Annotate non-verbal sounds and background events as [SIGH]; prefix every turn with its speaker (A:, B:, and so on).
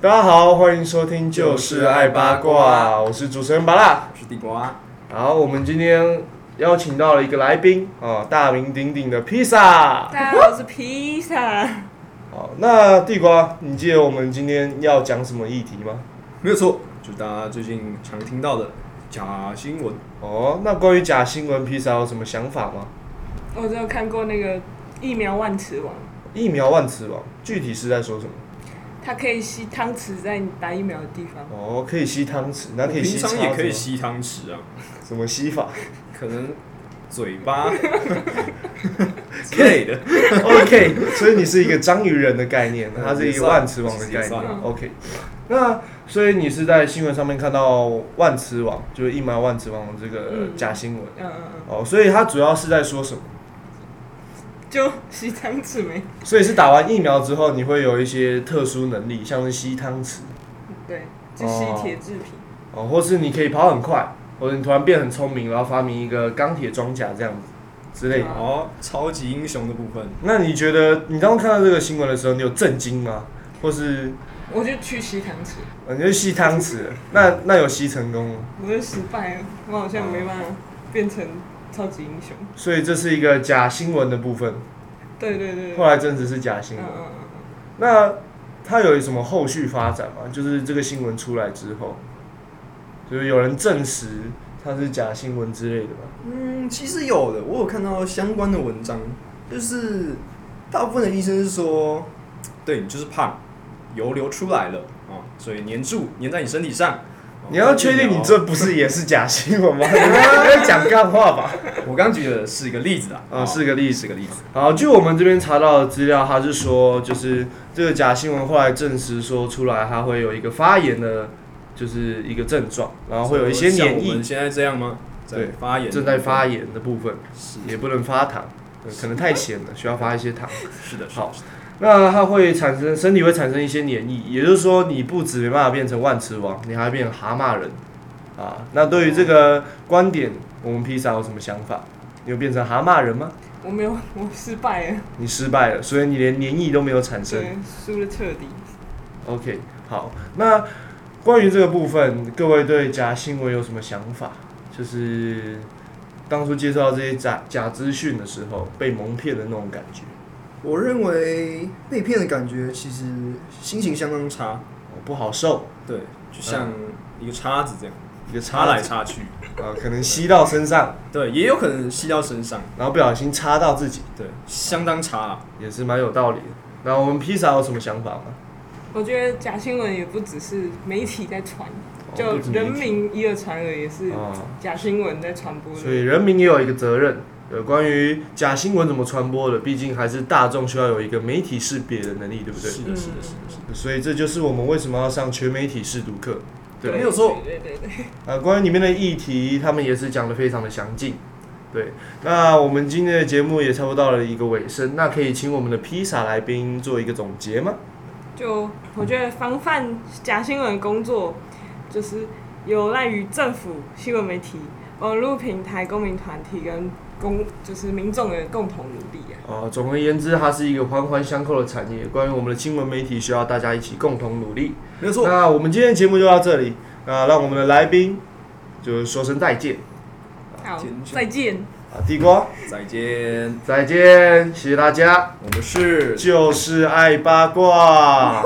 A: 大家好，欢迎收听《就是爱八卦》，我是主持人巴拉。
B: 我是地瓜，
A: 好，我们今天邀请到了一个来宾哦，大名鼎鼎的披萨。
C: 大家好，我是披萨。
A: 好，那地瓜，你记得我们今天要讲什么议题吗？
B: 没有错，就大家最近常听到的假新闻。
A: 哦，那关于假新闻，披萨有什么想法吗？
C: 我只有看过那个疫苗万磁王，
A: 疫苗万磁王，具体是在说什么？
C: 它可以吸汤匙在你打疫苗的地方。
A: 哦，可以吸汤匙，那可以吸
B: 平
A: 叉
B: 常
A: 子吗
B: 也可以，吸汤匙啊，
A: 什么吸法
B: 可能嘴巴之类的。
A: ？OK，所以你是一个章鱼人的概
B: [LAUGHS]
A: 念，它是一个万磁王的
B: 也
A: 概念
B: 算。
C: 嗯
A: OK，那所以你是在新闻上面看到万磁王，就是疫苗万磁王这个
C: 嗯
A: 假新闻、
C: 嗯嗯嗯，
A: 哦，所以它主要是在说什么？
C: 就 [LAUGHS] 吸汤匙没？
A: 所以是打完疫苗之后，你会有一些特殊能力，像是吸汤匙
C: 对，就吸铁制品。
A: 哦，或是你可以跑很快，或者你突然变很聪明，然后发明一个钢铁装甲这样子之类的。
B: 哦，超级英雄的部分，
A: 那你觉得你当时看到这个新闻的时候，你有震惊吗？或是
C: 我就去吸汤匙，
A: 呃你就吸汤匙了，那那有吸成功吗？
C: 我就失败了，我好像没办法变成超级英雄。
A: 所以这是一个假新闻的部分，
C: 对对对。对
A: 后来证实是假新
C: 嗯
A: 闻。
C: 嗯嗯
A: 那它有什么后续发展吗？就是这个新闻出来之后，就是有人证实它是假新闻之类的吧？
B: 嗯，其实有的，我有看到相关的文章，就是大部分的医生是说，对你就是胖，油流出来了啊、所以粘住粘在你身体上。哦
A: 你要确定你这不是也是假新闻 [LAUGHS] 吗？你在讲干话吧？
B: 我刚举的是一个例子啊，
A: 啊是个例子
B: 是个例子。
A: 好，据我们这边查到的资料，他是说，就是这个假新闻后来证实说出来，它会有一个发炎的，就是一个症状，然后会有一些
B: 像
A: 黏
B: 我
A: 液
B: 们现在这样吗？在
A: 对
B: 发炎，
A: 正在发炎的部分，
B: 是
A: 也不能发糖，呃可能太咸了，需要发一些糖。
B: 是的，是
A: 好
B: 的，
A: 那它会产生身体会产生一些黏液，也就是说你不止没办法变成万磁王，你还会变成蛤蟆人啊。那对于这个观点，我们披萨有什么想法？你有变成蛤蟆人吗？
C: 我没有， [LAUGHS] 我失败了，
A: 你失败了，所以你连黏液都没有产生。
C: 对，输的彻底。
A: OK，好，那关于这个部分，各位对假新闻有什么想法？就是当初接触到这些假假资讯的时候，被蒙骗的那种感觉。
B: 我认为被骗的感觉其实心情相当差，
A: 哦不好受，
B: 对，就像
A: 嗯
B: 一个叉子这样
A: 一个插
B: 插来
A: 来
B: 插去，
A: 啊，可能吸到身上，
B: 对，也有可能吸到身上，
A: 然后不小心插到自己，
B: 对，相当差啊。
A: 也是蛮有道理的。那我们披萨有什么想法吗？
C: 我觉得假新闻也不只是媒体在传，
A: 哦
C: 就
A: 不止媒
C: 人
A: 体
C: 民以耳传耳也是
A: 啊，
C: 假新闻在传播的。
A: 所以人民也有一个责任。呃，关于假新闻怎么传播的，毕竟还是大众需要有一个媒体识别的能力，对不对？
C: 嗯
B: 是的，是的，是的，是的。
A: 所以这就是我们为什么要上全媒体试读课。对
B: 没有错
C: 对对对，
A: 啊，关于里面的议题，他们也是讲的非常的详尽。对，那我们今天的节目也差不多到了一个尾声，那可以请我们的披萨来宾做一个总结吗？
C: 就我觉得防范假新闻工作，就是有赖于政府、新闻媒体、网络平台、公民团体跟公就是民众的共同努力啊。
A: 呃，总而言之，它是一个环环相扣的产业。关于我们的新闻媒体，需要大家一起共同努力。
B: 没有错，
A: 那我们今天的节目就到这里，那让我们的来宾就是说声再见
C: 好
B: 坚，持
C: 再见。
A: 啊，地瓜
B: 再见，
A: 再见，谢谢大家，
B: 我们是
A: 就是爱八卦。